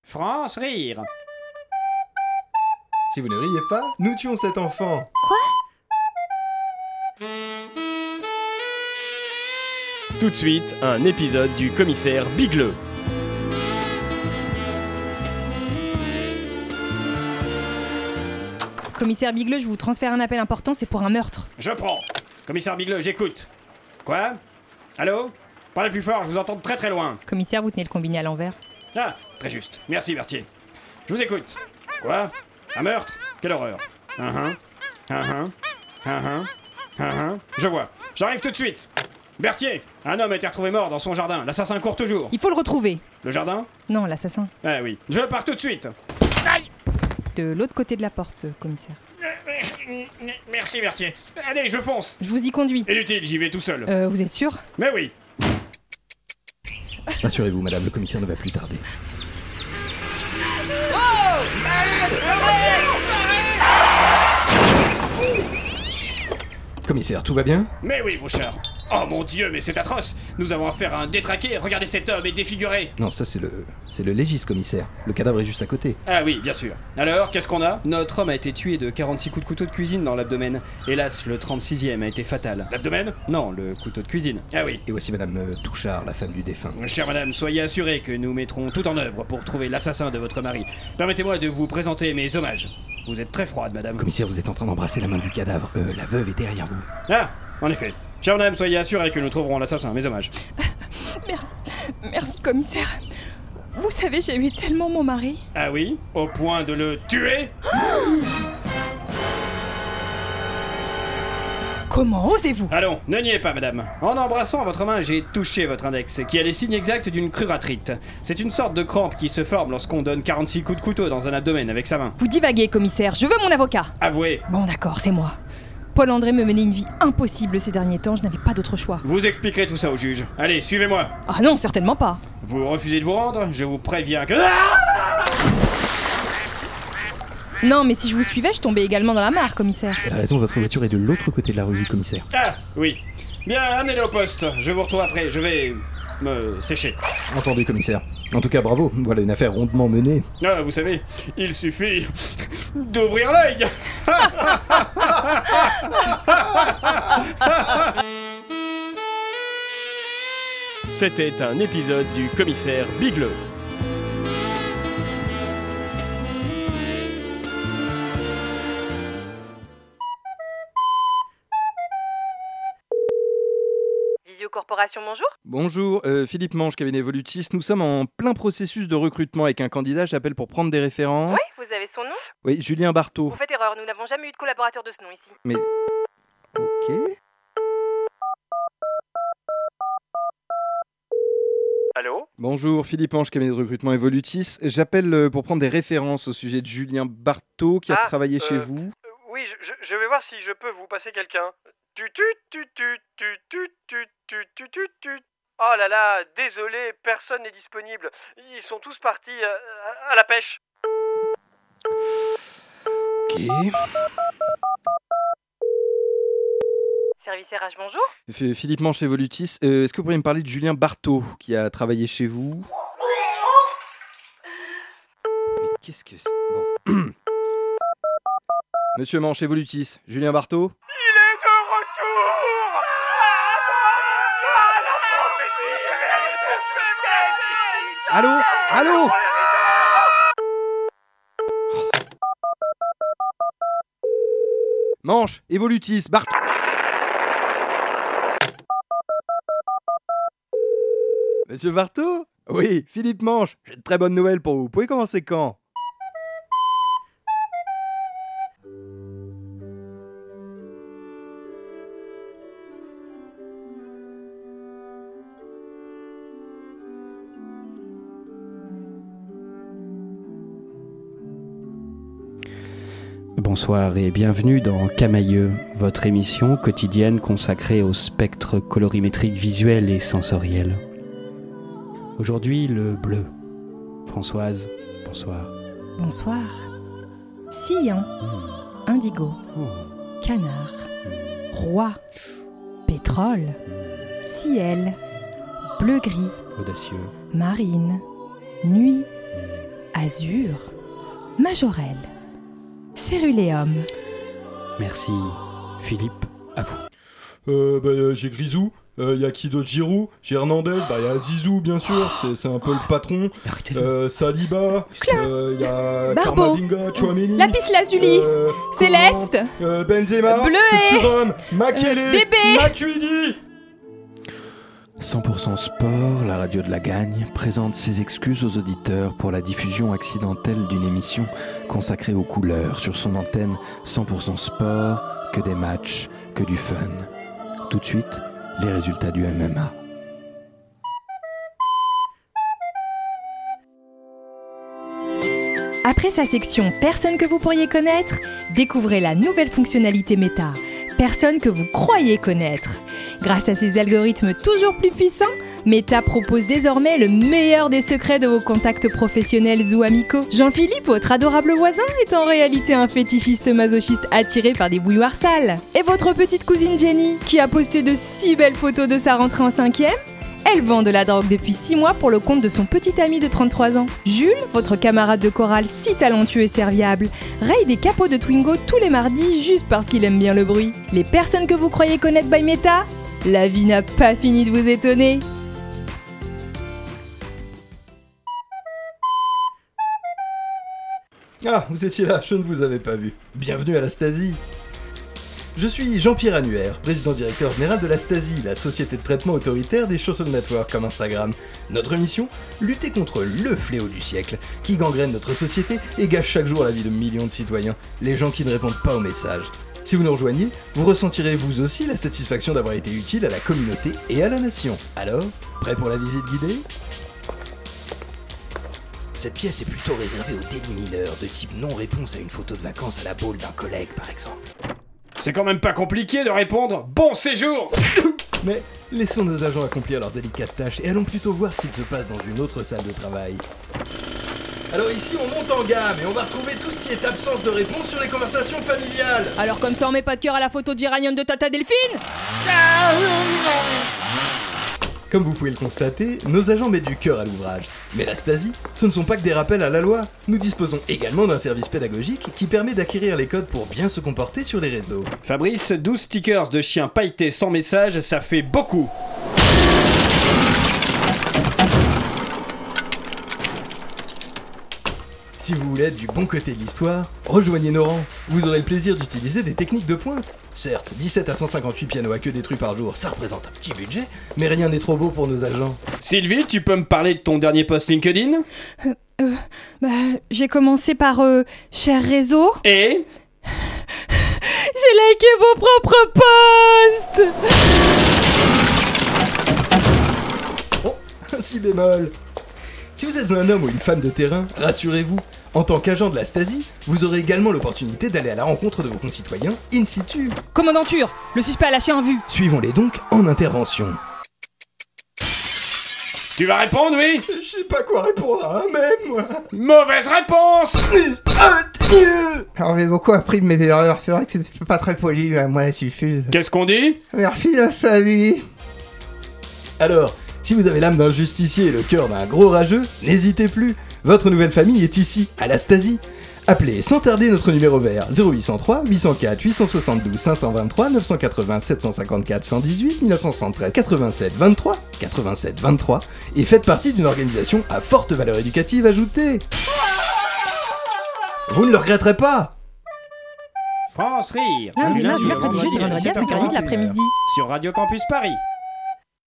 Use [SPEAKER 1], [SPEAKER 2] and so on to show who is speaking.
[SPEAKER 1] France rire.
[SPEAKER 2] Si vous ne riez pas, nous tuons cet enfant.
[SPEAKER 3] Tout de suite, un épisode du commissaire Bigleux.
[SPEAKER 4] Commissaire Bigleux, je vous transfère un appel important, c'est pour un meurtre.
[SPEAKER 1] Je prends. Commissaire Bigleux, j'écoute. Quoi Allô Parlez plus fort, je vous entends de très très loin.
[SPEAKER 4] Commissaire, vous tenez le combiné à l'envers.
[SPEAKER 1] Ah, très juste. Merci Berthier. Je vous écoute. Quoi Un meurtre Quelle horreur. Hein, hein. Hein, hein. Hein, hein. Hein, hein. Je vois. J'arrive tout de suite. Berthier, un homme a été retrouvé mort dans son jardin. L'assassin court toujours.
[SPEAKER 4] Il faut le retrouver
[SPEAKER 1] Le jardin
[SPEAKER 4] Non, l'assassin.
[SPEAKER 1] Ah oui. Je pars tout de suite.
[SPEAKER 4] De l'autre côté de la porte, euh, commissaire.
[SPEAKER 1] Merci Berthier. Allez, je fonce.
[SPEAKER 4] Je vous y conduis.
[SPEAKER 1] Inutile, j'y vais tout seul.
[SPEAKER 4] Euh, vous êtes sûr
[SPEAKER 1] Mais oui.
[SPEAKER 2] Rassurez-vous, madame, le commissaire ne va plus tarder. Commissaire, tout va bien
[SPEAKER 1] Mais oui, Bouchard. Oh mon dieu, mais c'est atroce. Nous avons affaire à un détraqué. Regardez cet homme est défiguré.
[SPEAKER 2] Non, ça c'est le. C'est le légiste, commissaire. Le cadavre est juste à côté.
[SPEAKER 1] Ah oui, bien sûr. Alors, qu'est-ce qu'on a
[SPEAKER 5] Notre homme a été tué de 46 coups de couteau de cuisine dans l'abdomen. Hélas, le 36e a été fatal.
[SPEAKER 1] L'abdomen
[SPEAKER 5] Non, le couteau de cuisine.
[SPEAKER 1] Ah oui.
[SPEAKER 2] Et voici madame euh, Touchard, la femme du défunt.
[SPEAKER 1] Chère madame, soyez assurée que nous mettrons tout en œuvre pour trouver l'assassin de votre mari. Permettez-moi de vous présenter mes hommages. Vous êtes très froide, madame.
[SPEAKER 2] Commissaire, vous êtes en train d'embrasser la main du cadavre. Euh, la veuve est derrière vous.
[SPEAKER 1] Ah, en effet. Chère madame, soyez assurée que nous trouverons l'assassin, mes hommages.
[SPEAKER 4] Merci. Merci, commissaire. Vous savez, j'ai eu tellement mon mari.
[SPEAKER 1] Ah oui Au point de le tuer
[SPEAKER 4] Comment osez-vous
[SPEAKER 1] Allons, ne niez pas, madame. En embrassant votre main, j'ai touché votre index, qui a les signes exacts d'une cruratrite. C'est une sorte de crampe qui se forme lorsqu'on donne 46 coups de couteau dans un abdomen avec sa main.
[SPEAKER 4] Vous divaguez, commissaire. Je veux mon avocat.
[SPEAKER 1] Avouez,
[SPEAKER 4] Bon, d'accord, c'est moi. Paul-André me menait une vie impossible ces derniers temps, je n'avais pas d'autre choix.
[SPEAKER 1] vous expliquerez tout ça au juge. Allez, suivez-moi.
[SPEAKER 4] Ah non, certainement pas.
[SPEAKER 1] Vous refusez de vous rendre Je vous préviens que... Ah
[SPEAKER 4] Non, mais si je vous suivais, je tombais également dans la mare, commissaire.
[SPEAKER 2] Elle a raison, votre voiture est de l'autre côté de la rue, commissaire.
[SPEAKER 1] Ah, oui. Bien, amenez-le au poste. Je vous retrouve après. Je vais me sécher.
[SPEAKER 2] Entendu, commissaire. En tout cas, bravo. Voilà une affaire rondement menée.
[SPEAKER 1] Ah, vous savez, il suffit d'ouvrir l'œil.
[SPEAKER 3] C'était un épisode du commissaire Bigleux.
[SPEAKER 6] Visio Corporation, bonjour.
[SPEAKER 2] Bonjour, euh, Philippe Manche, cabinet Volutis. Nous sommes en plein processus de recrutement avec un candidat. J'appelle pour prendre des références.
[SPEAKER 6] Oui, vous avez son nom
[SPEAKER 2] Oui, Julien Barthaud.
[SPEAKER 6] Vous faites erreur, nous n'avons jamais eu de collaborateur de ce nom ici.
[SPEAKER 2] Ok.
[SPEAKER 3] Allô
[SPEAKER 2] Bonjour, Philippe Manche, cabinet de recrutement Evolutis. J'appelle euh, pour prendre des références au sujet de Julien Barthaud qui a
[SPEAKER 7] Ah,
[SPEAKER 2] travaillé chez
[SPEAKER 7] euh,
[SPEAKER 2] vous.
[SPEAKER 7] Euh, Oui, je, je- je vais voir si je peux vous passer quelqu'un. Tu tu tu tu tu tu tu tu tu tu tu. Oh là là, désolé, personne n'est disponible. Ils sont tous partis euh, à, à la pêche.
[SPEAKER 2] Ok.
[SPEAKER 6] Service RH, bonjour.
[SPEAKER 2] F- euh, Philippe Manche, Evolutis. euh, Est-ce que vous pourriez me parler de Julien Barthaud qui a travaillé chez vous Mais qu'est-ce que c'est Bon. Monsieur Manche, Evolutis. Julien Barthaud
[SPEAKER 7] Il est de retour Ah,
[SPEAKER 2] Allô Allô Manche, Evolutis, Bart. Monsieur Barto Oui, Philippe Manche, j'ai de très bonnes nouvelles pour vous. Vous pouvez commencer quand
[SPEAKER 5] Bonsoir et bienvenue dans Camailleux, votre émission quotidienne consacrée au spectre colorimétrique visuel et sensoriel. Aujourd'hui, le bleu. Françoise, bonsoir.
[SPEAKER 4] Bonsoir. Sillon,
[SPEAKER 5] Hmm.
[SPEAKER 4] indigo,
[SPEAKER 5] Oh.
[SPEAKER 4] canard,
[SPEAKER 5] Hmm.
[SPEAKER 4] roi, pétrole, ciel, bleu-gris,
[SPEAKER 5] Audacieux.
[SPEAKER 4] marine, nuit,
[SPEAKER 5] Hmm.
[SPEAKER 4] azur, majorelle, céruléum.
[SPEAKER 5] Merci, Philippe, à vous.
[SPEAKER 8] Euh, bah, euh, j'ai Grisou, il y a qui d'autre Giroud, j'ai Hernandez, bah, il y a Zizou, bien sûr, c'est- c'est un peu le patron.
[SPEAKER 5] Arrêtez-le.
[SPEAKER 8] Euh, Saliba, il y a
[SPEAKER 4] Barbeau.
[SPEAKER 8] Karmadinga, Chouameni,
[SPEAKER 4] Lapis lazuli,
[SPEAKER 8] euh,
[SPEAKER 4] céleste,
[SPEAKER 8] euh, Benzema,
[SPEAKER 4] Bleuet,
[SPEAKER 8] Thuram, Makele,
[SPEAKER 4] euh, Bébé.
[SPEAKER 8] Matuidi
[SPEAKER 9] 100% Sport, la radio de la Gagne, présente ses excuses aux auditeurs pour la diffusion accidentelle d'une émission consacrée aux couleurs sur son antenne 100% Sport, que des matchs, que du fun. Tout de suite, les résultats du MMA.
[SPEAKER 4] Après sa section Personne que vous pourriez connaître, découvrez la nouvelle fonctionnalité Meta, Personne que vous croyez connaître. Grâce à ses algorithmes toujours plus puissants, Meta propose désormais le meilleur des secrets de vos contacts professionnels ou amicaux. Jean-Philippe, votre adorable voisin, est en réalité un fétichiste masochiste attiré par des bouilloires sales. Et votre petite cousine Jenny, qui a posté de si belles photos de sa rentrée en cinquième, elle vend de la drogue depuis 6 mois pour le compte de son petit ami de 33 ans. Jules, votre camarade de chorale si talentueux et serviable, raye des capots de Twingo tous les mardis juste parce qu'il aime bien le bruit. Les personnes que vous croyez connaître by Meta La vie n'a pas fini de vous étonner
[SPEAKER 2] Ah, vous étiez là, je ne vous avais pas vu. Bienvenue à la Stasi. Je suis Jean-Pierre Annuaire, président directeur général de la Stasi, la société de traitement autoritaire des social networks comme Instagram. Notre mission Lutter contre le fléau du siècle, qui gangrène notre société et gâche chaque jour la vie de millions de citoyens, les gens qui ne répondent pas aux messages. Si vous nous rejoignez, vous ressentirez vous aussi la satisfaction d'avoir été utile à la communauté et à la nation. Alors, prêt pour la visite guidée
[SPEAKER 9] Cette pièce est plutôt réservée aux délits mineurs, de type non-réponse à une photo de vacances à la boule d'un collègue par exemple.
[SPEAKER 1] C'est quand même pas compliqué de répondre bon séjour
[SPEAKER 2] Mais laissons nos agents accomplir leurs délicates tâches et allons plutôt voir ce qu'il se passe dans une autre salle de travail. Alors ici, on monte en gamme et on va retrouver tout ce qui est absence de réponse sur les conversations familiales.
[SPEAKER 4] Alors comme ça on met pas de cœur à la photo d'Iranium de Tata Delphine
[SPEAKER 2] Comme vous pouvez le constater, nos agents mettent du cœur à l'ouvrage. Mais la Stasi, ce ne sont pas que des rappels à la loi. Nous disposons également d'un service pédagogique qui permet d'acquérir les codes pour bien se comporter sur les réseaux.
[SPEAKER 1] Fabrice, 12 stickers de chiens pailletés sans message, ça fait beaucoup
[SPEAKER 2] Si vous voulez être du bon côté de l'histoire, rejoignez nos rangs. Vous aurez le plaisir d'utiliser des techniques de pointe. Certes, 17 à 158 pianos à queue détruits par jour, ça représente un petit budget, mais rien n'est trop beau pour nos agents.
[SPEAKER 1] Sylvie, tu peux me parler de ton dernier post LinkedIn
[SPEAKER 4] Bah j'ai commencé par euh, cher réseau.
[SPEAKER 1] Et
[SPEAKER 4] J'ai liké vos propres posts
[SPEAKER 2] si bémol. Si vous êtes un homme ou une femme de terrain, rassurez-vous, en tant qu'agent de la Stasi, vous aurez également l'opportunité d'aller à la rencontre de vos concitoyens in situ.
[SPEAKER 4] Commandanture, le suspect a lâché un vu.
[SPEAKER 2] Suivons-les donc en intervention.
[SPEAKER 1] tu vas répondre, oui
[SPEAKER 2] Je sais pas quoi répondre à un même, moi.
[SPEAKER 1] Mauvaise réponse
[SPEAKER 10] Alors j'ai beaucoup appris de mes erreurs, c'est vrai que c'est pas très poli, mais moi je suis...
[SPEAKER 1] Qu'est-ce qu'on dit
[SPEAKER 10] Merci la famille
[SPEAKER 2] Alors, si vous avez l'âme d'un justicier et le cœur d'un gros rageux, n'hésitez plus. Votre nouvelle famille est ici, à la Stasi. Appelez sans tarder notre numéro vert 0803 804 872 523 980 754 118 1973 87 23 87 23 et faites partie d'une organisation à forte valeur éducative ajoutée. Vous ne le regretterez pas
[SPEAKER 1] France Rire
[SPEAKER 4] Lundi,
[SPEAKER 1] Du
[SPEAKER 4] mardi, mercredi,
[SPEAKER 1] au
[SPEAKER 4] jeudi, vendredi à 5h30 de
[SPEAKER 1] 17h30,
[SPEAKER 4] l'après-midi.
[SPEAKER 1] Sur Radio Campus Paris